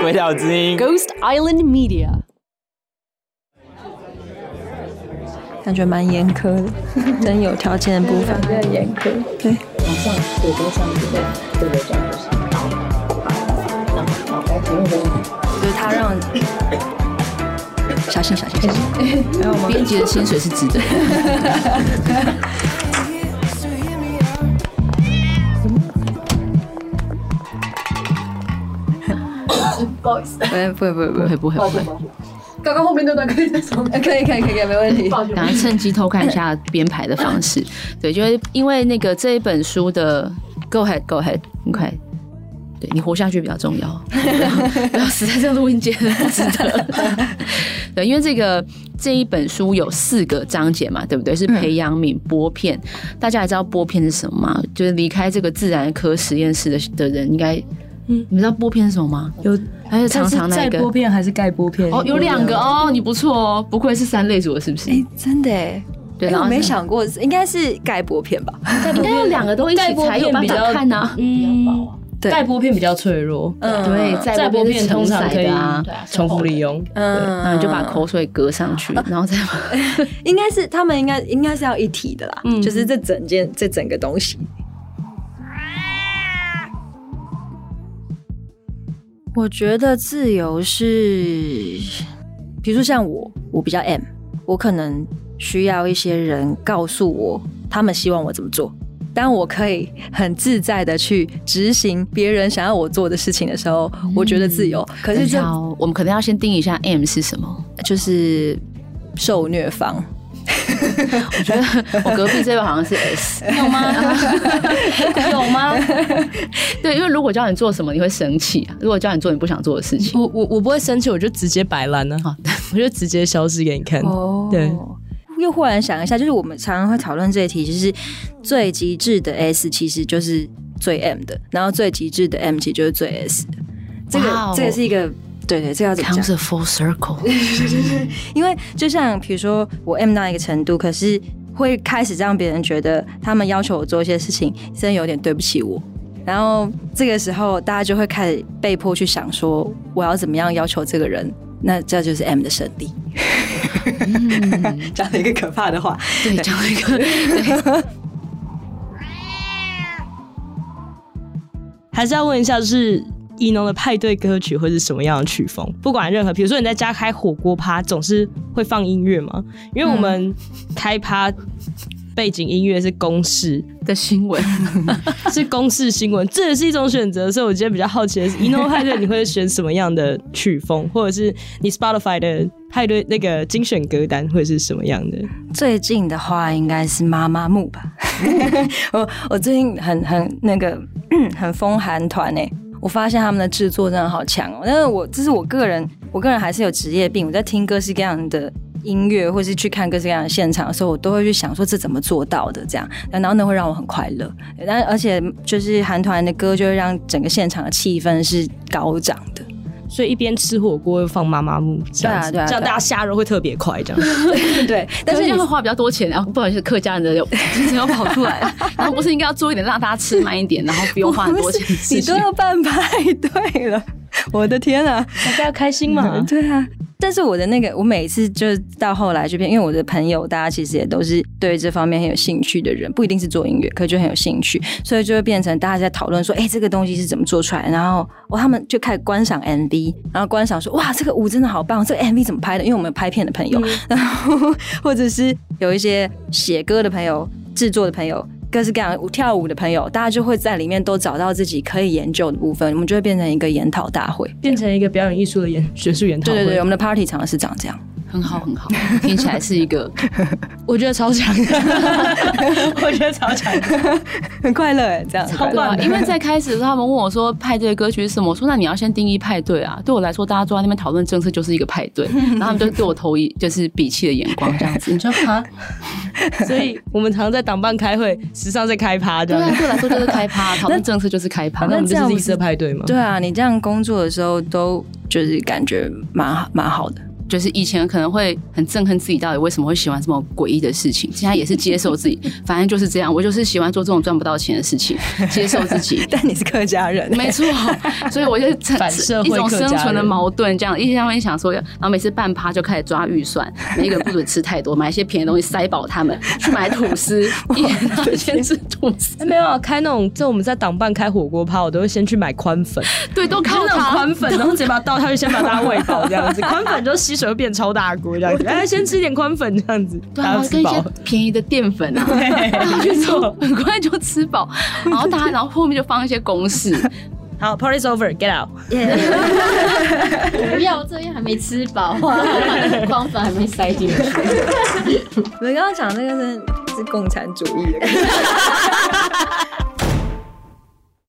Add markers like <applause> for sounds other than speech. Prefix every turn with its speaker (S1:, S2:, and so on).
S1: 鬼岛之音。
S2: Ghost Island Media。
S3: 感觉蛮严苛的，真有条件的部
S4: <laughs>
S3: 分。
S4: 很严苛。
S3: 对，
S4: 晚上我跟上次的这个状就是脑脑脑袋前面的
S3: 就是他让小心小心小心，
S4: 哎
S5: 编辑的薪水是值
S4: <laughs>
S5: 得的。
S3: 哎不会不会不
S5: 不会不会
S6: 哦
S5: 不会，
S4: 刚刚后面那段可以再重来。
S3: 会，可以可以可以，没问题。
S5: 赶快趁机偷看一下编排的方
S6: <coughs>
S5: 式。对，就是因为那个这一本书的 Go ahead Go ahead，很快。对你活下去比较重
S6: <laughs>
S5: 要，不要死在这录音间，不值得。
S6: <laughs>
S5: 对，因为这个这一本书有四个章节嘛，对不对？是
S6: 嗯
S5: 培养皿、拨片。大家也知道拨片是什么吗？就是离开这个自然科实验室的的人，应该，嗯，你们知道拨片是什么吗？
S6: 有
S5: 还有长长那
S6: 再
S5: 一个
S6: 拨片还是盖拨片？
S5: 哦，有两个哦，你不错哦，不愧是三类组的，是不是？
S3: 哎，真的哎，
S5: 对，
S3: 哎
S5: 然
S3: 我
S5: 后
S3: 没
S5: 是
S3: 想过，应该是盖薄片吧？
S5: 应该要两个都一起才有办法看啊呐、
S6: 嗯，
S3: 对
S6: 盖拨片比较脆弱，
S3: 嗯，
S5: 对，
S6: 再
S5: 载
S6: 拨
S5: 波
S6: 片
S5: 片
S6: 通常可以
S5: 的啊，
S6: 重复利用。
S3: 嗯
S5: 那你就把口水隔上去，然后再把 <laughs>
S3: 应该是他们应该应该是要一体的啦，就是这整件这整个东西。我觉得自由是，比如说像我，我比较 M，我可能需要一些人告诉我他们希望我怎么做，当我可以很自在的去执行别人想要我做的事情的时候，我觉得自由。可是这
S5: 好，我们可能要先定一下 M 是什么。
S3: 就是受虐方，
S5: 我觉得我隔壁这位好像是 S，有 <laughs> 吗？ <laughs> 有吗？对，因为如果叫你做什么，你会生气啊；如果叫你做你不想做的事情，
S6: 我我我不会生气，我就直接摆烂了，我就直接消失给你看。
S3: 哦
S6: 对。
S3: 又忽然想一下，就是我们常常会讨论这一题，就是最极致的 S 其实就是最 M 的，然后最极致的 M 其实就是最 S 的。这个、
S5: 哇哦
S3: 这个是一个对对，这个要怎么讲
S5: comes？a full circle。
S3: 因为就像比如说我 M 到一个程度，可是会开始让别人觉得他们要求我做一些事情，真的有点对不起我。然后这个时候大家就会开始被迫去想说，我要怎么样要求这个人？那这就是 M 的胜利。 <laughs> 讲了一个可怕的话，
S5: 对，讲了一个 <laughs> 对
S6: 还是要问一下，就是伊农的派对歌曲会是什么样的曲风？不管任何，比如说你在家开火锅趴，总是会放音乐吗？因为我们开趴。背景音乐是公式，
S5: 的新闻。
S6: <laughs> 是公式新闻，这也是一种选择。所以我今天比较好奇的是，伊诺派对你会选什么样的曲风，或者是你 Spotify 的派对那个精选歌单会是什么样的？
S3: 最近的话应该是妈妈木
S5: <laughs>
S3: 吧。我我最近很很那个 <clears throat> 很疯韩团哎，我发现他们的制作真的好强哦、但是我这是我个人，我个人还是有职业病。我在听各式各样的音乐，或是去看各式各样的现场的时候，我都会去想说这怎么做到的这样。然后那会让我很快乐，对但而且就是韩团的歌就会让整个现场的气氛是高涨
S5: <laughs>
S3: 的。
S6: 所以一边吃火锅会放妈妈木，这样子
S3: 对啊对啊
S6: 这样大家下肉会特别快，
S3: <laughs>
S6: 这样。
S3: 对，
S5: 但
S3: 但
S5: 是
S3: 是
S5: 这
S3: 你
S5: 样会花比较多钱，然后不好意思，客家人的有精神要跑出来，然后不是应该要做一点让大家吃慢一点，然后不用花很多钱的
S3: 你
S5: 事
S3: 都
S5: 情？
S3: 要办派对了， <laughs> 我的天啊！
S6: 大家要开心嘛？
S3: 对啊。但是我的那个，我每次就是到后来这边，因为我的朋友大家其实也都是对这方面很有兴趣的人，不一定是做音乐，可就很有兴趣，所以就会变成大家在讨论说，哎、这个东西是怎么做出来的？然后哇，他们就开始观赏 MV，然后观赏说，哇，这个舞真的好棒，这个 MV 怎么拍的？因为我们有拍片的朋友， <laughs> 然后或者是有一些写歌的朋友、制作的朋友。各式各样跳舞的朋友，大家就会在里面都找到自己可以研究的部分，我们就会变成一个研讨大会。
S6: <laughs> 变成一个表演艺术的研学术研讨
S3: 对
S6: 会。
S3: 对对，我们的 party 常常是长这样。
S5: 很好，很好，听起来是一个
S6: 我觉得超强的，我觉得超强的。
S3: 很快乐哎，这样超
S5: 对啊，因为在开始的时候，他们问我说派对歌曲是什么，我说那你要先定义派对啊。对我来说，大家坐在那边讨论政策就是一个派对，然后他们就对我投以就是鄙弃的眼光这样子。你说啊？
S6: <laughs> 所以我们常常在党办开会，时尚在开趴这
S5: 对啊，
S6: 样。
S5: 对我来说就是开趴，讨论政策就是开趴。
S6: 那我们
S3: 这
S6: 就
S3: 样
S6: 是
S3: 不
S6: 绿
S3: 是
S6: <laughs> 色派对嘛？
S3: 对啊，你这样工作的时候都就是感觉蛮蛮好的，。
S5: 就是以前可能会很憎恨自己到底为什么会喜欢这么诡异的事情，现在也是接受自己，反正就是这样，我就是喜欢做这种赚不到钱的事情，接受自己
S3: 但你是客家人，
S5: <laughs>
S1: <laughs>
S5: 没错，所以我就产
S1: 反社会
S5: 一种生
S1: 客家
S5: 存的
S1: 人
S5: 矛盾，这样一方面想说，然后每次半趴就开始抓预算，每一个人不准吃太多，买一些便宜的东西塞饱他们，去买吐司，
S1: <laughs>
S5: 一人当一千吃吐司，
S6: 哎没有啊，开那种在我们在党办开火锅趴，我都会先去买宽粉，
S5: 对，都
S6: 就
S5: 靠
S6: 是那种
S5: 他。
S6: 宽粉，然后直接把它倒下去，先把大家喂饱这 <laughs> 样子。宽粉就吸水会变超大锅这样子，哎，先吃点宽粉这样子，
S5: 对
S6: 大
S5: 啊
S6: 家，吃
S5: 跟一
S6: 饱
S5: 些。便宜的淀粉
S1: <laughs>
S5: 啊，然后就说很快就吃饱，然后大家然后后面就放一些公式，
S6: 好，party's over，get out。
S7: 不要，这边还没吃饱 <laughs> 啊，光粉还没塞进去。
S3: 我们刚刚讲那个是是共产主义的感觉，